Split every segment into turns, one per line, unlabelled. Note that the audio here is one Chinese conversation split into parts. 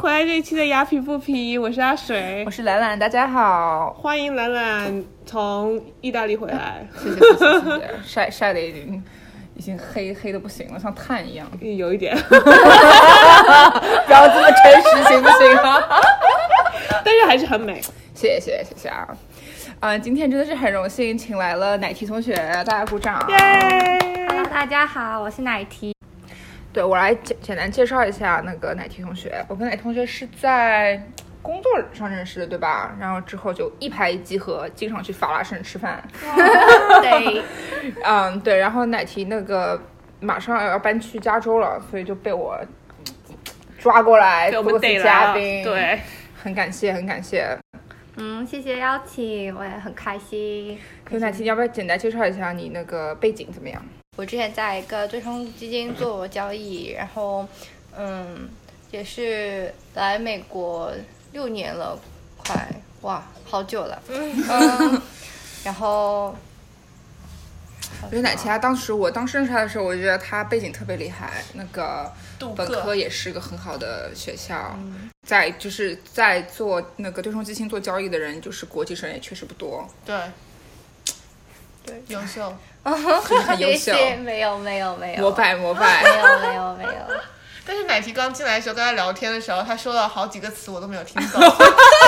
回来这一期的雅痞不痞，我是阿水
我，是兰兰，大家好。
欢迎兰兰从意大利回来，
谢谢谢谢 谢谢，晒晒的已经已经黑黑的不行了，像炭一样。
有一点，
不要这么诚实行不行啊？
但是还是很美。
谢谢谢谢谢谢啊！啊、今天真的是很荣幸，请来了奶提同学，大家鼓掌。哎
耶！
Hello，大家好，我是奶 提。
对我来简简单介绍一下那个奶提同学，我跟奶提同学是在工作上认识的，对吧？然后之后就一拍即合，经常去法拉盛吃饭。
对，
嗯，对，然后奶提那个马上要搬去加州了，所以就被我抓过来
给
做
我们
过
逮来
次嘉
了，啊
宾，，
对，
很感谢，很感谢。
嗯，谢谢邀请，我也很开心。
所以奶提，要不要简单介绍一下你那个背景怎么样？
我之前在一个对冲基金做交易，然后嗯，也是来美国六年了，快哇，好久了。 嗯，然后
我觉得奶提他当时，我当时认识他的时候，我就觉得他背景特别厉害，那个
杜
本科也是个很好的学校，
嗯
在就是在做那个对冲基金做交易的人，就是国际生也确实不多，
对，
对
优秀。
就是很优
谢
秀，
谢，没有没有没有，
膜拜膜拜。
没有没有没有，
但是奶提刚进来的时候，跟他聊天的时候，他说了好几个词我都没有听懂，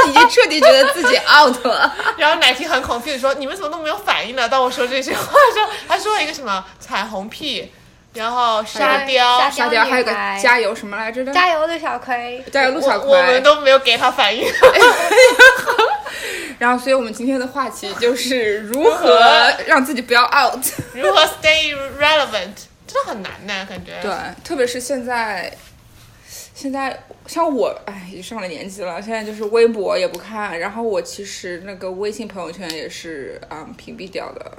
已经彻底觉得自己 out 了。
然后奶提很恐惧的说：“你们怎么都没有反应呢？”当我说这些话的时候，他说了一个什么彩虹屁，然后沙雕，
沙
沙雕还有个
女孩
加油什么来着的？
加油，陆小葵。
加油陆小
我我们
葵。
都没有给他反应。
然后，所以我们今天的话题就是如何让自己不要 out。
如何 stay relevant，真的很难呢，感觉。
对，特别是现在，现在像我，哎，也上了年纪了，现在就是微博也不看，然后我其实那个微信朋友圈也是嗯屏蔽掉的，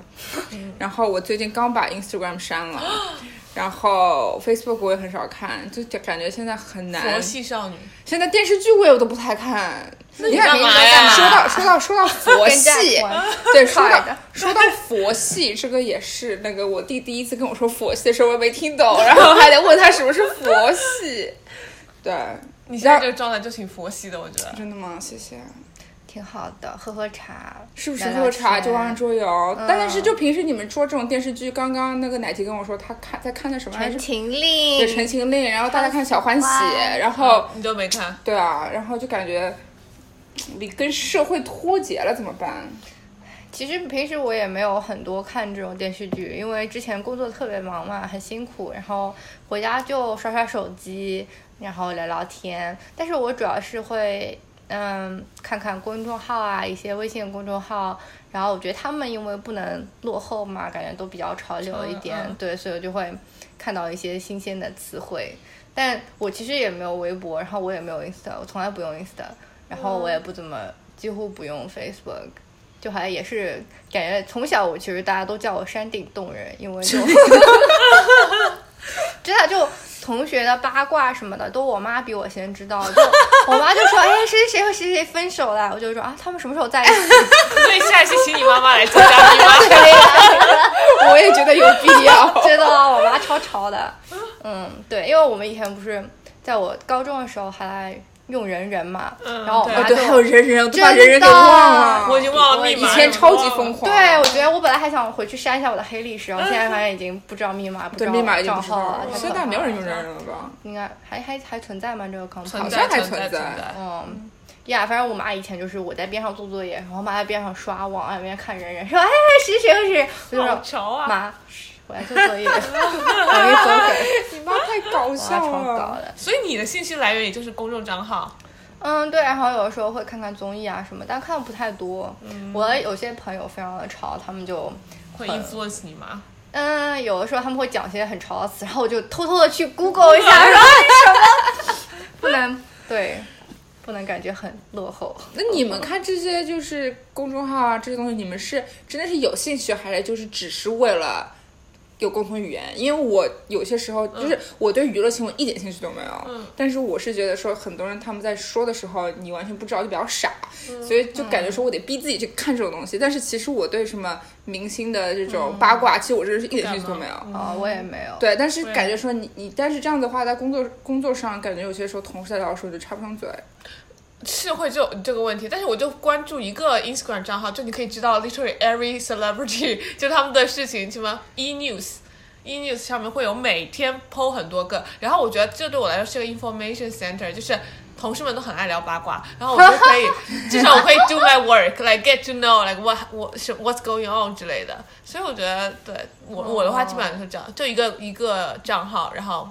然后我最近刚把 Instagram 删了，然后 Facebook 我也很少看，就就感觉现在很难。
佛系少女，
现在电视剧我也都不太看。你看，
干嘛呀
说到说到说到佛
跟
系
家，团
对，说到
快的
说到佛系，这个也是那个我弟第一次跟我说佛系的时候，我也没听懂，然后还得问他什么是佛系。对，你
你现在这个状态就挺佛系的，我觉得。
真的吗？谢谢。
挺好的，喝喝茶，
是不是
聊聊
喝茶
天
就玩玩桌游？但但是就平时你们说这种电视剧，刚刚那个奶提跟我说他看在看的什么来
陈
着？
情
对《陈
令，
情令》，然后大家看《小欢喜
小欢》，
然后
你都没看，
对啊，然后就感觉你跟社会脱节了，怎么办？
其实平时我也没有很多看这种电视剧，因为之前工作特别忙嘛，很辛苦，然后回家就刷刷手机，然后聊聊天。但是我主要是会嗯看看公众号啊，一些微信公众号，然后我觉得他们因为不能落后嘛，感觉都比较潮流一点，
嗯
对，所以我就会看到一些新鲜的词汇。但我其实也没有微博，然后我也没有 Insta，我从来不用 Insta，然后我也不怎么几乎不用 Facebook，就好像也是感觉从小我其实大家都叫我山顶洞人，因为 就真的就同学的八卦什么的都我妈比我先知道，就我妈就说哎谁谁谁和谁谁分手了，我就说啊他们什么时候在 一起？
所以下一期请你妈妈来做嘉宾吧。
我也觉得有必要。
真的吗？我妈超潮的。嗯，对，因为我们以前不是在我高中的时候还来用人人嘛，
嗯
然后我
对
妈
哦对，
就、
还有人人，我都把
真的
人人给忘了。
我已经忘了密
以
码，
前超级疯狂，啊嗯
对，我觉得我本来还想回去删一下我的黑历史，然后现在反正已经不知道密码，不知
对
道
密码已经
账
不知
号啊
道
了
了，，
太
现
可
在
怕
没有人用
了
人人了吧？
应该还还还存在吗？这个 account
存
好
在
像还
存在
存在
存在。
嗯，呀，反正我妈以前就是我在边上做作业，然后我妈在边上刷网，在边看人人，说哎谁谁和谁，我就
好
说
潮啊！
妈，嘘我在做 作业，还没走 给，
你妈太搞
我妈
笑啊
超高
了。
的。
所以你的信息来源也就是公众账号。
嗯，对，然后有的时候会看看综艺啊什么，但看的不太多。
嗯
我有些朋友非常的潮，他们就，
会 influence 你吗？
嗯，有的时候他们会讲一些很潮的词，然后我就偷偷的去 Google 一下，说哎什么，不能对，不能感觉很落后。
那你们看这些就是公众号啊，这些东西，你们是真的是有兴趣，还是就是只是为了有共同语言，因为我有些时候就是我对娱乐新闻一点兴趣都没有，
嗯
但是我是觉得说很多人他们在说的时候，你完全不知道就比较傻，
嗯
所以就感觉说我得逼自己去看这种东西，但是其实我对什么明星的这
嗯
种八卦，其实我真的是一点兴趣都没有。
啊、我也没有。
对，但是
对
感觉说你你，但是这样子的话，在工作工作上，感觉有些时候同事在聊的时候就插不上嘴。
啊是会这这个问题，但是我就关注一个 Instagram 账号，就你可以知道 literally every celebrity 就他们的事情，什么 E News。E News 上面会有每天 PO 很多个，然后我觉得这对我来说是个 information center，就是同事们都很爱聊八卦，然后我就可以，至少我可以 do my work，like get to know，like what what 是 what's going on 之类的。所以我觉得，对我我的话基本上就是这样，就一个一个账号，然后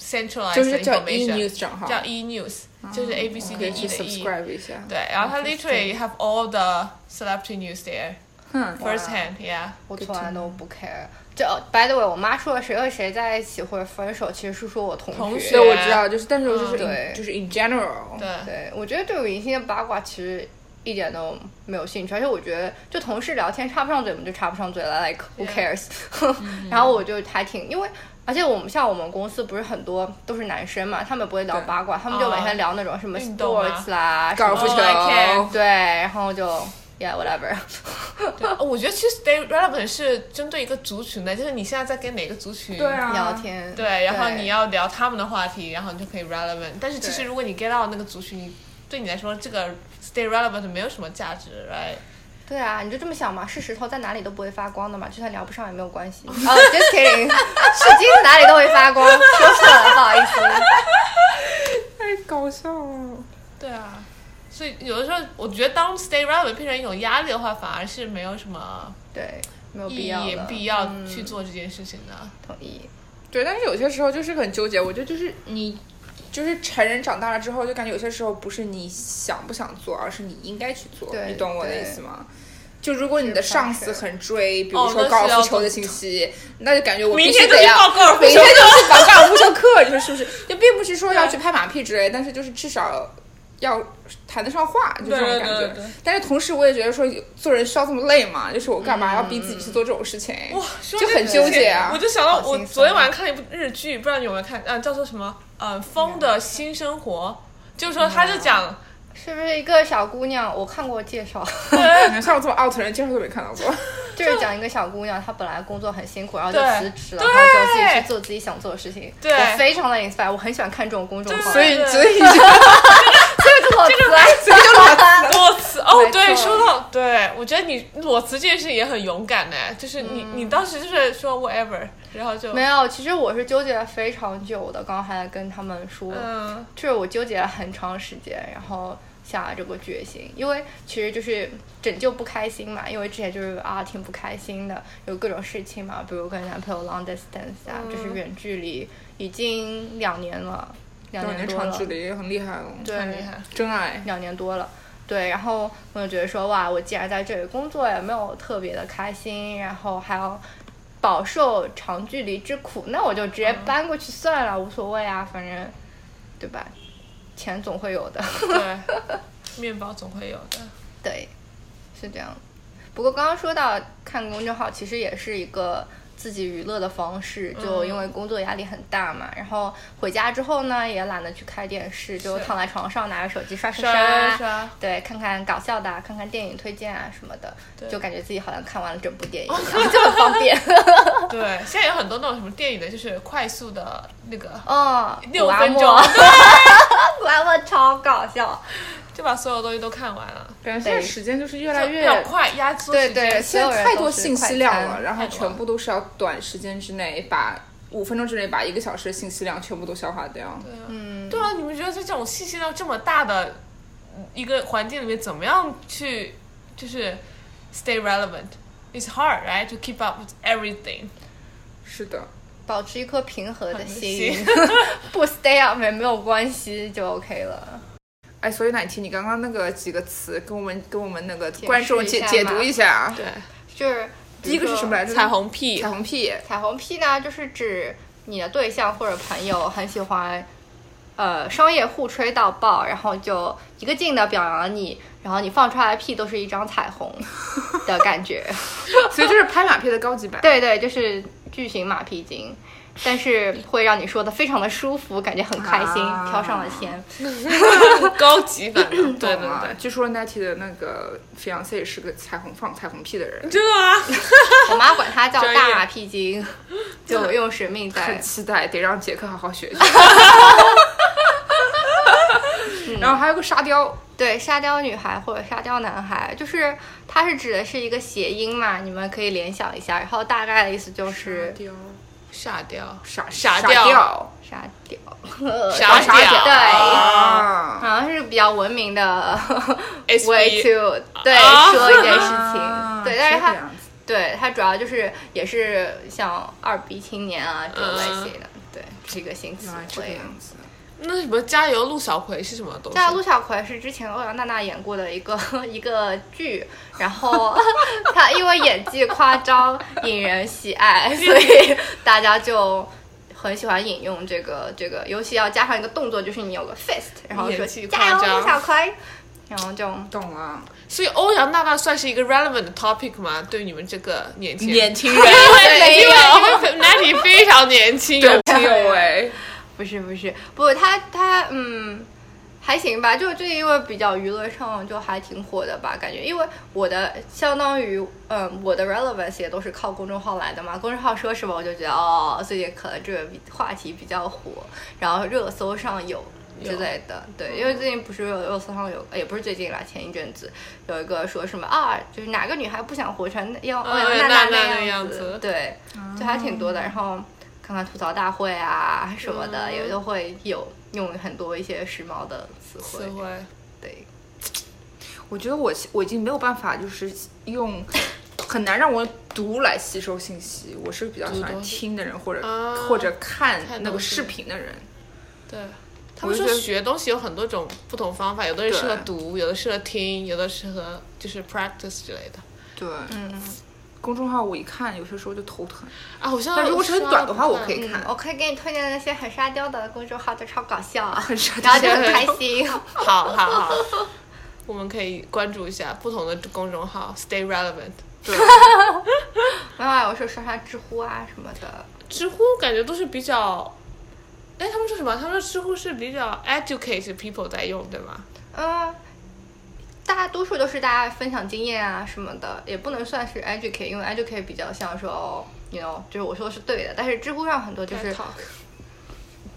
centralized
就是叫 E
information
News 账号，
叫 E News，就是 A B C
可
D
以去
E 的 E。
subscribe 一下。
对，然后它 literally have all the celebrity news there
哼，
first hand, yeah。
我
Good
从
to
来都不 care。就 by the way，我妈说谁和谁在一起或者分手，其实是说我同学。
同学
对，我知道，就是，但是我就
嗯
是 in,
对
就是 in general，
对，
对，我觉得对明星的八卦其实一点都没有兴趣，而且我觉得就同事聊天插不上嘴，我们就插不上嘴了，like who
Yeah. 嗯
cares？、然 后我就还挺，因为而且我们像我们公司不是很多都是男生嘛，他们不会聊
对
八卦，他们就每天聊那种什么
运动啊
sports 啦，
高尔
什么
夫球
Oh, I care
对，然后就 yeah whatever，
对，哦我觉得其实 stay relevant 是针对一个族群的，就是你现在在跟哪个族群
对啊，
聊天
对，然后
对
你要聊他们的话题，然后你就可以 relevant。但是其实
对
如果你 get out 那个族群，对你来说这个 stay relevant 没有什么价值，right？
对啊，你就这么想嘛？是石头在哪里都不会发光的嘛，就算聊不上也没有关 系。哦、oh,，just kidding，是 金子哪里都会发光，说错了，不好意思。
太搞笑了。
对啊，所以有的时候我觉得当 stay relevant 变成一种压力的话，反而是没有什么
对，没有
意
必要
义
了，
必要去做这件事情的。
同意。
对，但是有些时候就是很纠结，我觉得就是你。就是成人长大了之后，就感觉有些时候不是你想不想做，而是你应该去做。
对
你懂我的
对
意思吗？就如果你的
是
上
是
司很追，比如
哦那
说
是
高尔
要
夫球的
懂
信息，那就感觉我
明
必
天
须
就
得
去
要
报高尔夫
每
球
天就是搞高尔夫球课，你说是不是？ 就并不是说要去拍马屁之类，但是就是至少要谈得上话，就这种
对
感觉。
对对
但是同时我也觉得说，做人需要这么累嘛？就是我干嘛要逼自己去做这种事情？
嗯哇，说
就
这
很
个
纠
事
结
情
啊
我就想到
好
我
心
昨天
酸
晚上看了一部日剧，不知道你有没有看，嗯、叫做什么？嗯、风的新生活》，就是说他
嗯
就讲，
是不是一个小姑娘？我看过介绍，
你 看我这么 out 的人，介绍都没看到过。
就是讲一个小姑娘，她本来工作很辛苦，然后就
对
辞职了，
对
然后就自己去做自己想做的事情。
对
我非常的 inspire，我很喜欢看这种公众号，
所以，
对
所以就
这个
所以就裸辞。
裸辞哦
没，
对，
错
说到对，我觉得你裸辞这件事情也很勇敢呢，就是你、你当时就是说 whatever，然后就
嗯没有，其实我是纠结了非常久的，刚刚还在跟他们说，
嗯
就是我纠结了很长时间，然后下了这个决心，因为其实就是拯救不开心嘛，因为之前就是啊挺不开心的，有各种事情嘛，比如跟男朋友 long distance 啊，
嗯
就是远距离，已经两年了，两
两
年
年
多
长
了
距，离很厉害了，
对，
很厉害，
真爱。
两年多了。对，然后我就觉得说，哇，我既然在这里工作，也没有特别的开心，然后还要饱受长距离之苦，那我就
嗯
直接搬过去算了，无所谓啊，反正，对吧？钱总会有的，
对，面包总会有的，
对，是这样。不过刚刚说到看公众号，其实也是一个自己娱乐的方式，就因为工作压力很大嘛，然后回家之后呢，也懒得去开电视，就是躺在床上拿着手机刷刷
刷刷刷，
对，看看搞笑的啊，看看电影推荐啊什么的
对，
就感觉自己好像看完了整部电影一样，就很方便。
对，现在有很多那种什么电影的，就是快速的那个
哦，
六
古阿
分
莫
钟，
古阿莫超搞笑。
就把所有东西都看完了，
感觉现在
对
时间就是越
越
来越
比较快，压缩时
对
间，
对
现在太多信息量了，
所有人都是快餐
然后全部都是要短时间之内把五分钟之内把一个小时的信息量全部都消化掉。
对啊
嗯，
对啊，你们觉得在这种信息量这么大的一个环境里面，怎么样去就是 stay relevant? It's hard, right, to keep up with everything.
是的，
保持一颗平和的
心
心， 不 stay up 也没有关系，就 OK 了。
哎，所以奶提，你刚刚那个几个词跟我们跟我们那个
释
观众
一
解
下
解
嘛
读一下啊。
对，
就是
第一个是什么来着？
彩虹屁
彩。虹屁。
彩虹屁呢，就是指你的对象或者朋友很喜欢呃商业互吹到爆，然后就一个劲的表扬你，然后你放出来的屁都是一张彩 虹的感觉。
所以就是拍马屁的高级版。
对对，就是巨型马屁精，但是会让你说的非常的舒服，感觉很开心，
啊
飘上了天。
高级版的。
对对
懂了
对，
据说 Natty 的那个 fiance 也是个彩虹放彩虹屁的人，
这啊，
我妈管它叫
专业
大马屁精，就用使命
很
在。
期待，得让杰克好好学学。
嗯
然后还有个沙雕，
对，沙雕女孩或者沙雕男孩，就是它是指的是一个谐音嘛，你们可以联想一下。然后大概的意思就是
雕
傻掉，
傻
傻
雕
雕哎
沙雕，
傻
傻屌
对，
啊，
好像是比较文明的
SB
way to 对
啊
说一件事
啊
情。对，但是它
这样子
对它主要就是也是像二逼青年啊这种类型的，对，是一个新词
原来这个
汇。
样子，
那什么加油陆小葵是什么东西？
在陆小葵是之前欧阳娜娜演过的一个 一个剧，然后 她因为演技夸张，引人喜爱，所以大家就很喜欢引用这个这个，尤其要加上一个动作，就是你有个 fist，然后说
演技
加油
夸张
陆小葵，然后就
懂了。
所以欧阳娜娜算是一个 relevant 的 topic 吗？对你们这个年轻人，
轻 人
因为因为因为 Natty 非常年轻，有
哎呦喂，
不是不是不，他他嗯。还行吧，就是这因为比较娱乐上就还挺火的吧，感觉。因为我的相当于，嗯，我的 relevance 也都是靠公众号来的嘛。公众号说什么，我就觉得哦，最近可能这个比话题比较火，然后热搜上有之类的。对，因为最近不是有热搜上有，也不是最近啦，前一阵子有一个说什么啊，就是哪个女孩不想活成哦那样，
嗯
欧阳娜
娜
娜
娜
那
那样
样
子
对，就还挺多的。然后看看吐槽大会啊什么的，
嗯
也都会有用很多一些时髦的词汇。
词汇。
对，
我觉得我我已经没有办法，就是用很难让我读来吸收信息。我是比较喜欢
东西
听的人，或者、
啊
或者看
看
那个
东西
视频的人。
对，他们
我就觉
说
得
学东西有很多种不同方法，有的人
对
适合读，有的适合听，有的适合就是 practice 之类的。
对，
嗯
公众号我一看，有些时候就头疼。
啊，我现在
但如果是很短的话，我可
以。
以看
嗯，。我可以给你推荐的那些很沙雕的公众号，都超搞笑，啊
很傻
然后
屌，
就很开 心。
好好好，我们可以关注一下不同的公众号，Stay Relevant。
另外，我说刷刷知乎啊什么的，
知乎感觉都是比较，哎，他们说什么？他们说知乎是比较 educate people 在用，对吗？
嗯。大多数都是大家分享经验啊什么的，也不能算是 educate，因为 educate 比较像说哦，you know，就是我说的是对的，但是知乎上很多就是
TED Talk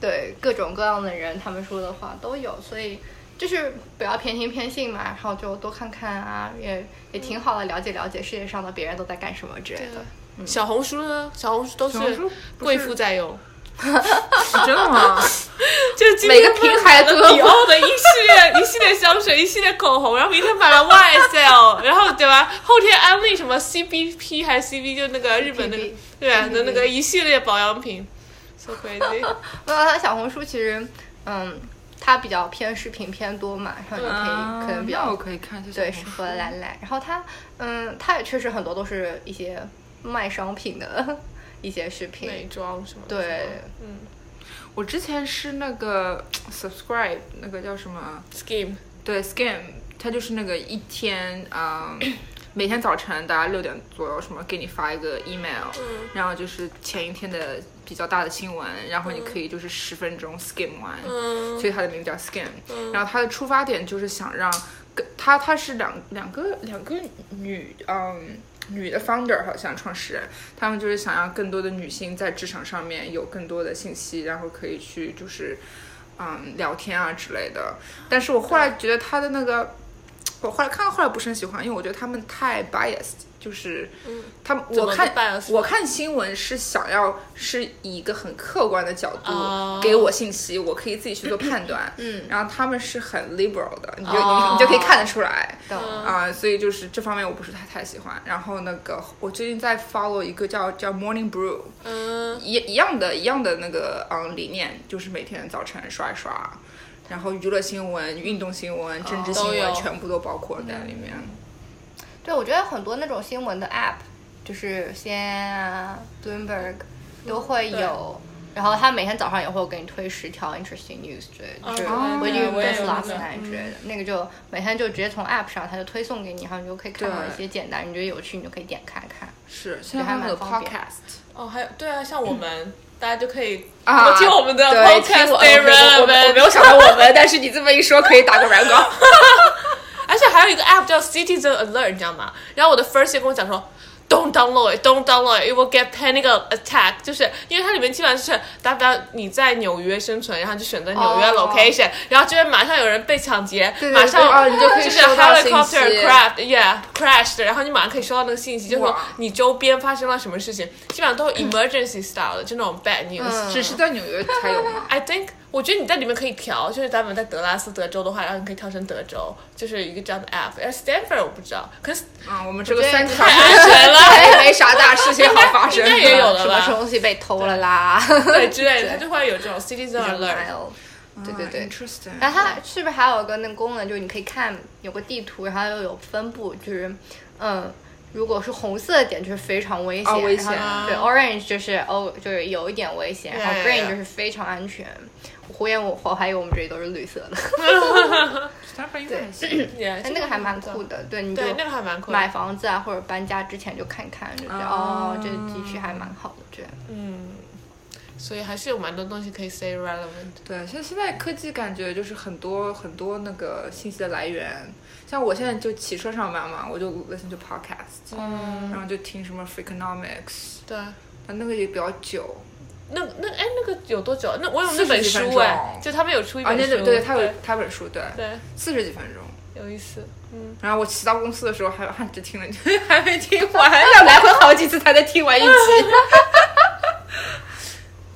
对各种各样的人，他们说的话都有，所以就是不要偏心偏性嘛，然后就多看看啊，也也挺好的，了解了解世界上的别人都在干什么之类
对
的。
小红书呢？小红书都
嗯
是
小红书不是
贵妇在用，
真的 吗？
就是今
每
天
个品牌都
买了迪奥的一系列一系列香水、一系列口红，然后明天买了 YSL，然哦后对吧？后天安利什么 CBP 还是 CB，就那个日本那个
CBP
对吧？的那个一系列保养品，so crazy。
那它小红书其实，嗯，它比较偏视频偏多嘛，然后你可以、
啊
可能比
那
较
我可以看一下小
对
红
适
书
合懒懒。然后它，嗯，它也确实很多都是一些卖商品的 一些视
美
频，
妆什么的。
对，
嗯
我之前是那个 subscribe 那个叫什么？
，Scheme
对，scam，它就是那个一天，嗯，每天早晨大概六点左右，什么给你发一个 email，、然后就是前一天的比较大的新闻，然后
嗯
你可以就是十分钟 skim 完，所以它的名字叫 skim，、然后
嗯
它的出发点就是想让，跟它它是两两个两个女，嗯。女的 founder 好像创始人，他们就是想让更多的女性在职场上面有更多的信息，然后可以去就是，嗯，聊天啊之类的。但是我后来觉得他的那个，我后来看到后来不是很喜欢，因为我觉得他们太 biased，就是，他们
嗯怎
我
么
看
个 bias
我看新闻是想要是以一个很客观的角
哦
度给我信息，我可以自己去做判断。
嗯，
然后他们是很 liberal 的，你就、
哦
你你就可以看得出来。
懂。
啊、所以就是这方面我不是太太喜欢。然后那个我最近在 follow 一个叫叫 Morning Brew，
嗯，
一一样的一样的那个嗯理念，就是每天早晨刷一刷，然后娱乐新闻、运动新闻、政
哦
治新
都有
闻全部都包括在里面。
嗯对，我觉得很多那种
嗯
新闻的 app，就是 CNN 啊、Bloomberg 都会有然后他每天早上也会给你推十条 interesting news 之类的，就是
哦
what do you
我也
miss
有
last
那个嗯
night 之类的，那个就每天就直接从 app 上它就推送给你，然后你就可以看到
对
一些简单，你觉得有趣你就可以点开看。
是现在
还
还有那个
蛮方便
podcast，
哦，还有对啊，像我 们大家就可以
啊
多听我们的
对听
podcast 哎
我我我我我没有想到我们，但是你这么一说，可以打个软 广。
而且还有一个 app 叫 Citizen Alert，你知道吗？然后我的 first year 跟我讲说。Don't download it, don't download it, it will get panic attack。就是因为它里面基本上就是，打比方你在纽约生存，然后就选择纽约
哦
location，、然后这边马上有人被抢劫，
对对
马上
对哦你就可以
就是
收到信息
helicopter crash, yeah crashed，然后你马上可以收到那个信息，就是说
哇
你周边发生了什么事情，基本上都是 emergency style 的，就那种 bad news。
只是在纽约才有吗？
I think，我觉得你在里面可以调，就是咱们在德拉斯德州的话，然后你可以调成德州，就是一个这样的 app。而 Stanford 我不知道，可是
啊，我们这个
觉得
三
你
个
太安 全了，
还没啥大事情好发生，嗯
应该也有
什
的
么什么
吧？
东西被偷了啦？
对，之类的，它就会有这种 citizen
这种
alert。啊
mail 对对对。
，interesting。
然后它是不是还有个那个功能，就是你可以看有个地图，然后又有分布，就是嗯，如果是红色的点就是非常危险，
哦危险
然后对，orange 就是哦就是有一点危险，然后
Yeah, yeah,
green
yeah
就是非常安全。我胡言我我还以为我们这里都是绿色的，
Yeah，
哎但那个还蛮酷的，对，你就
对，那个还蛮酷的。
买房子啊或者搬家之前就看看，就觉得哦这地区还蛮好的，这样。
所以还是有蛮多东西可以 stay relevant。
对，像现在科技感觉就是很多很多那个信息的来源，像我现在就骑车上班嘛，我就 listen to podcast，、然
嗯
后就听什么 Freakonomics，
对，啊
但那个也比较久，
那那哎，那个有多久？那我有那本
40分
书
钟
哎，就他们有出一
啊，
本
那
书，
对，他有他本书，对，
对，
四十几分钟。
有意思。
然后我骑到公司的时候还还只听了，还没听完，要来回好几次才能听完一集。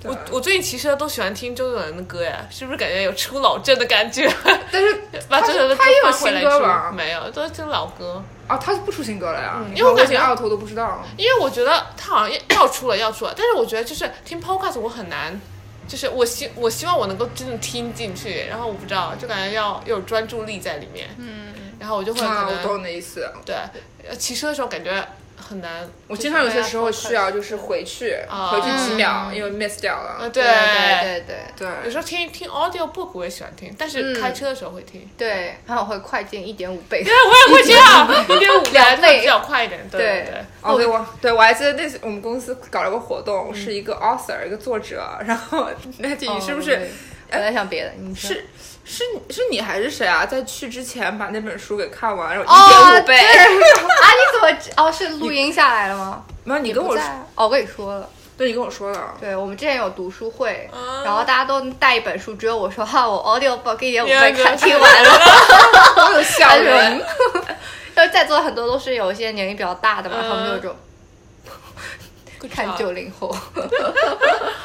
我我最近骑车都喜欢听周杰伦的歌呀，是不是感觉有初老症的感觉？
但是
把周杰伦的歌
他也有
翻回
新
来
歌
出，
吧？
没有，都是听老歌。
啊，他不出新歌了呀，
因为我感觉
奥头都不知道。
因为我觉得他好像要要出了，要出了，但是我觉得就是听 podcast 我很难，就是我希我希望我能够真的听进去，然后我不知道，就感觉要要有专注力在里面，嗯，然后我就会可
啊，我
能、
懂你的意思。
对，呃骑车的时候感觉很难，
我经常有些时候需
要，
要就是回去，
啊
回去几秒，因为 miss 掉了。
呃对
对对对
对，
有时候听听 audio book 我也喜欢听，但是开车的时候会 听，
对，然后我会快进一点五倍。
对，我也会这样，一点五
两倍
倍比较快一点，对
对
对对。
哦，对，我对我还记得那次我们公司搞了个活动，是
嗯
一个 author，一个作者，然后那你是不
哦
是？？
我在想别的，你说
是是你是你还是谁啊？在去之前把那本书给看完，然后一
哦
点五倍。
啊？你怎么知哦？是录音下来了吗？
没有，你跟
不
我
在
说，
啊哦，我跟你说了，
对，你跟我说
哦
的。
对我们之前有读书会，
啊
然后大家都带一本书，只有我说 哈，我哦 audio book 一点五倍
第 二
看
个
听完了，
都有笑人，
但是在座很多都是有一些年龄比较大的嘛，
嗯
他们就有这种
Good
看
job
九零后。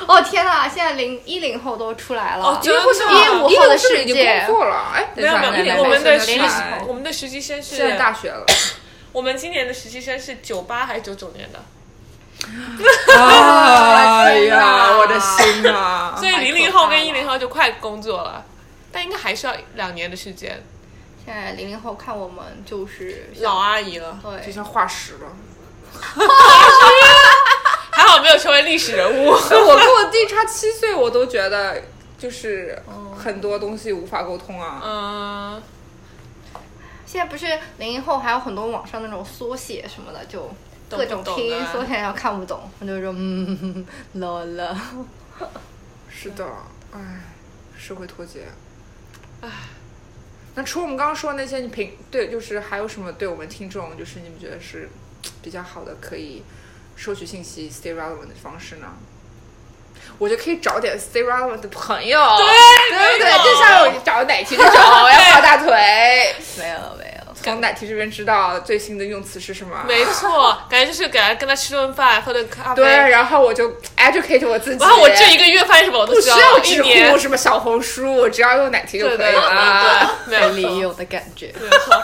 哦天呐，现在零一零后都出来了，
哦
因为不是
真的
因为
15后的
是不是已经
世界
工作了，哎，
没有
对
没
对
有，
对
我们的
对
实习
对
我们的实习生是
现在大学 了，
我们今年的实习生是九八还是九九年的？
啊哎呀，我的心啊！
所以零零后跟一零后就快工作了，但应该还是要两年的时间，
现在零零后看我们就是
老阿姨了，
就
对，
像化石 了。
还好没有成为历史 人物。
我跟我弟差七岁，我都觉得就是很多东西无法沟通啊。
嗯，
现在不是零零后还有很多网上那种缩写什么的，就
懂不
各种
懂
拼音
的
缩写，然后看不懂，我就说嗯 low 了。
是的，哎，社会脱节。那除了我们刚刚说的那些，你评对，就是还有什么对我们听众，就是你们觉得是比较好的可以收取信息 stay relevant 的方式呢？我觉得可以找点 stay relevant 的朋友，对对不
没
对？
错
就像我找 奶提这种，我要抱大腿，
没有没有，
从奶提这边知道最新的用词是什么。
没错，感觉就是给他跟他吃顿饭，喝顿咖啡。
对，然后我就 educate 我自己。
然后我这一个月发现什么我都
不需
知道
要
一
知
年
乎什么小红书，我只要用奶提就
对
可
对
以
啊
了。
对，
没
没
理
有错
由的感觉。
没有错，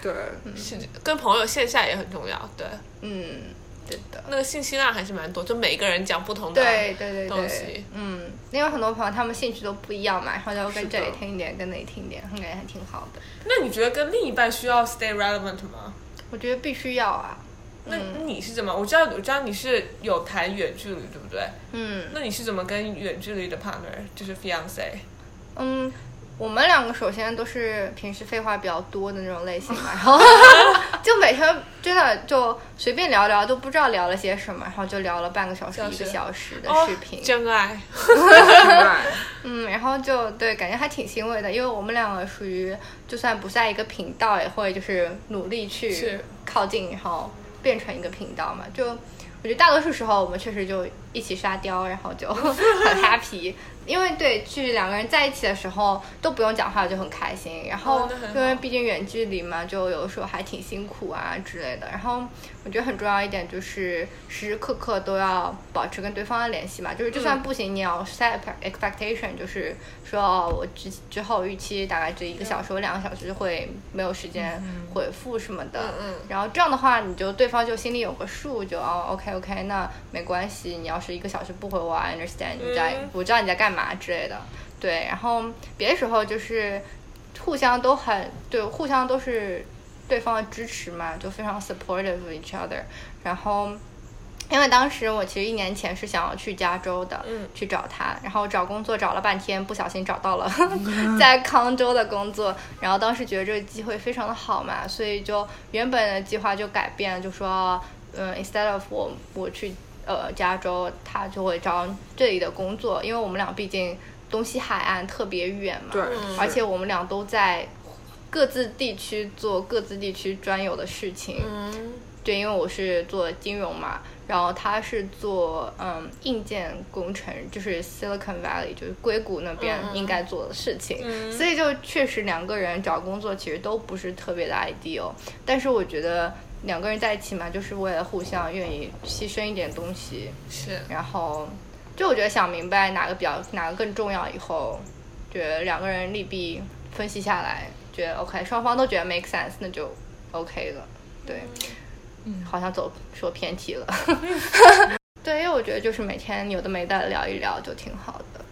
对，
是跟朋友线下也很重要。对，
嗯，对的，
那个信息量还是蛮多，就每个人讲不同的。
对对对
东
对
西，
嗯，因为很多朋友他们兴趣都不一样嘛，然后就跟这里
是的
听一点，跟那里听一点，感觉还挺好的。
那你觉得跟另一半需要 stay relevant 吗？
我觉得必须要啊，
那你是怎么？我知道，我知道你是有谈远距离，对不对？
嗯
那你是怎么跟远距离的 partner，就是 fiance？
嗯，我们两个首先都是平时废话比较多的那种类型嘛，然后就每天真的就随便聊聊，都不知道聊了些什么，然后就聊了半个小时、
小
一个
时
小时的
哦
视频。
真爱，
嗯，然后就对，感觉还挺欣慰的，因为我们两个属于就算不在一个频道，也会就是努力去
是
靠近，然后变成一个频道嘛。就我觉得大多数时候我们确实就一起沙雕，然后就 很 happy，因为对，就是两个人在一起的时候都不用讲话就很开心，然后
哦那很
因为
好
毕竟远距离嘛，就有的时候还挺辛苦啊之类的。然后我觉得很重要一点就是时时刻刻都要保持跟对方的联系嘛，就是就
嗯
算不行，你要 set expectation，就是说哦我之之后预期大概这一个
嗯
小时或两个小时会没有时间回复什么的。
嗯嗯
然后这样的话，你就对方就心里有个数，就哦，OK OK，那没关系。你要是一个小时不回我，I understand，你在、
嗯
我知道你在干嘛之类的。对，然后别的时候就是互相都很对，互相都是对方的支持嘛，就非常 supportive of each other。然后，因为当时我其实一年前是想要去加州的，
嗯
去找他，然后找工作找了半天，不小心找到了
嗯
在康州的工作，然后当时觉得这个机会非常的好嘛，所以就原本的计划就改变了，就说，嗯，instead of 我我去呃加州，他就会找这里的工作，因为我们俩毕竟东西海岸特别远嘛，
对，
嗯
而且我们俩都在各自地区做各自地区专有的事情，
嗯，
对，因为我是做金融嘛，然后他是做嗯硬件工程，就是 Silicon Valley，就是硅谷那边应该做的事情。所以就确实两个人找工作其实都不是特别的 ideal，但是我觉得两个人在一起嘛，就是为了互相愿意牺牲一点东西，
是
然后就我觉得想明白哪个比较哪个更重要以后，觉得两个人利弊分析下来，觉得 OK，双方都觉得 make sense，那就 OK 了。对，嗯，好像走说偏题了。 对，因为我觉得就是每天有的没的聊一聊就挺好的。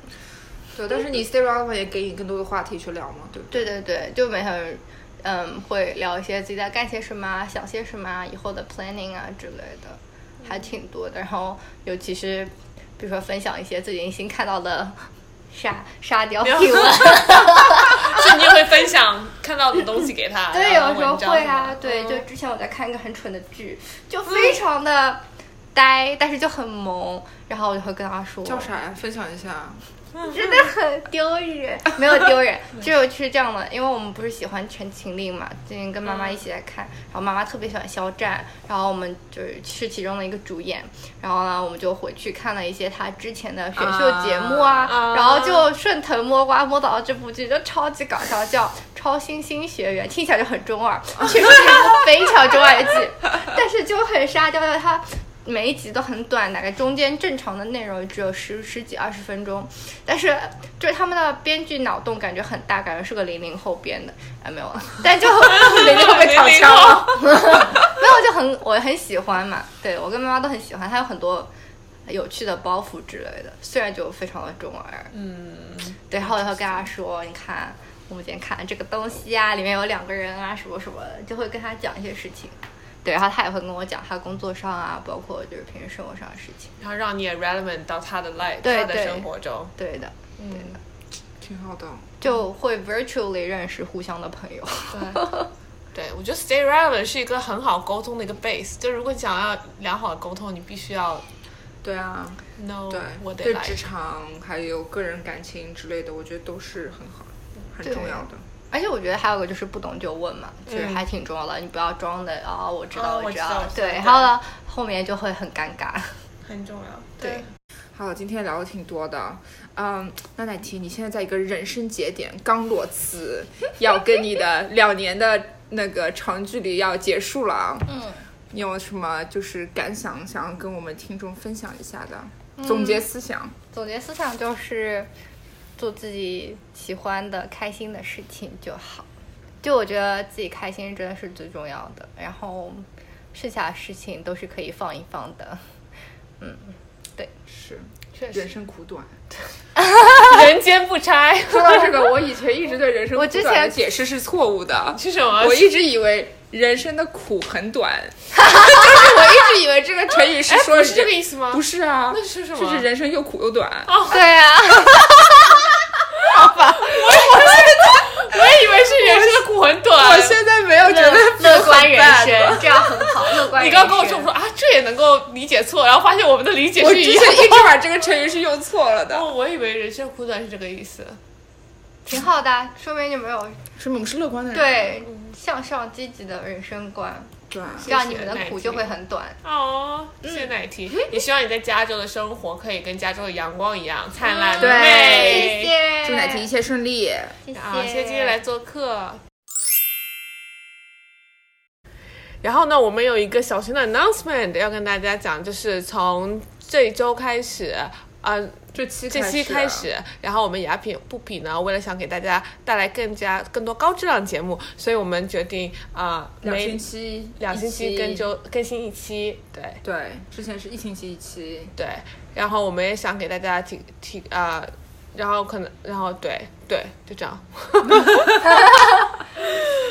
对，但是你 stay relevant 也给你更多的话题去聊嘛，对不对？
对对对，就每天嗯会聊一些自己在干些什么啊、想些什么啊、以后的 planning 啊之类的，还挺多的。然后尤其是比如说分享一些自己新看到的沙沙雕新 闻，
所以你也会分享看到的东西给他。
对，
然后
有时候
文章
会
什么
啊
的，嗯
对，就之前我在看一个很蠢的剧，就非常的呆，但是就很萌，然后我就会跟他说
叫啥呀？分享一下。
真的很丢人，没有丢人，就是这样的。因为我们不是喜欢《全情令》嘛，最近跟妈妈一起在看，然后妈妈特别喜欢肖战，然后我们就是是其中的一个主演，然后呢，我们就回去看了一些他之前的选秀节目啊，
啊
然后就顺藤摸瓜摸到了这部剧，就超级搞笑，叫《超新星学员》，听起来就很中二，确实是一部非常中二的剧，但是就很沙雕的它。每一集都很短，大概中间正常的内容只有十十几二十分钟，但是就是他们的编剧脑洞感觉很大，感觉是个零零后编的，哎没有啊，但就 零零后被躺枪了， 没有就很我很喜欢嘛，对我跟妈妈都很喜欢，她有很多有趣的包袱之类的，虽然就非常的中二，对，然后我就会跟他说，你看我们今天看了这个东西啊，里面有两个人啊，什么什么的，就会跟他讲一些事情。对，然后他也会跟我讲他工作上啊，包括就是平时生活上的事情。
然后让你也 relevant 到他的 life，
对
他的
对
生活中。
对的，
挺好的，
就会 virtually 认识互相的朋友。
对，对我觉得 stay relevant 是一个很好沟通的一个 base。就如果你想要良好的沟通，你必须要
对啊，
know
对
what，they
对职
like。
场还有个人感情之类的，我觉得都是很好、很
对
重要的。
而且我觉得还有个就是不懂就问嘛，就是还挺重要的，你不要装的嗯啊、我知道，
哦我
知
知道我知道
对，
对
然后呢，后面就会很尴尬。
很重要。
对，
好，今天聊的挺多的，嗯，那奶提，你现在在一个人生节点，刚裸辞，要跟你的两年的那个长距离要结束了，嗯，你有什么就是感想想要跟我们听众分享一下的？
嗯
总结思想，
总结思想就是做自己喜欢的、开心的事情就好。就我觉得自己开心真的是最重要的，然后剩下的事情都是可以放一放的。
是
确
人，生苦短，
人间不拆
说到这个，我以前一直对人生
我
苦
之
短的
前
解释是错误 的，
是什么？
我一直以为人生的苦很 短，就是我一直以为这个成语是
哎
说
不是这
人
个意思吗？
不是啊，
那是什么
就是人生又苦又短。
对啊，
我以为是人生的苦很短
我。现在没有觉得
乐乐观人 生，这样很好。乐观人生，
你刚跟我说，我说啊，这也能够理解错，然后发现我们的理解
我
是
之
一
前
样
一直把这个成语是用错了
的。
的。
哦，我以为人生苦短是这个意思。
挺好的啊，说明你们
嗯
有
说明我们是乐观的人。
对向上积极的人生观，
对啊，
这样你们的苦就会很短。
哦，
嗯
谢谢奶提，也希望你在加州的生活可以跟加州的阳光一样灿烂
对
美。
谢谢，
祝奶提一切顺利。
谢谢，
啊，谢谢今天来做客。然后呢，我们有一个小型的 announcement 要跟大家讲，就是从这一周开始，啊、
这期
这期开始，
啊
然后我们雅品不匹呢，为了想给大家带来更加更多高质量节目，所以我们决定啊、
两
每
星期，
两星期
跟
更周更新一期，对
对，之前是一星期一期，
对。然后我们也想给大家提提啊、然后可能然后对对，就这样。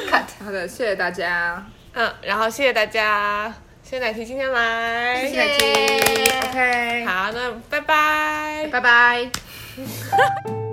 cut。
好的，谢谢大家，
嗯，然后谢谢大家，谢谢奶提今天来，
谢谢奶提
谢谢
，OK，
好，那拜拜，
拜拜。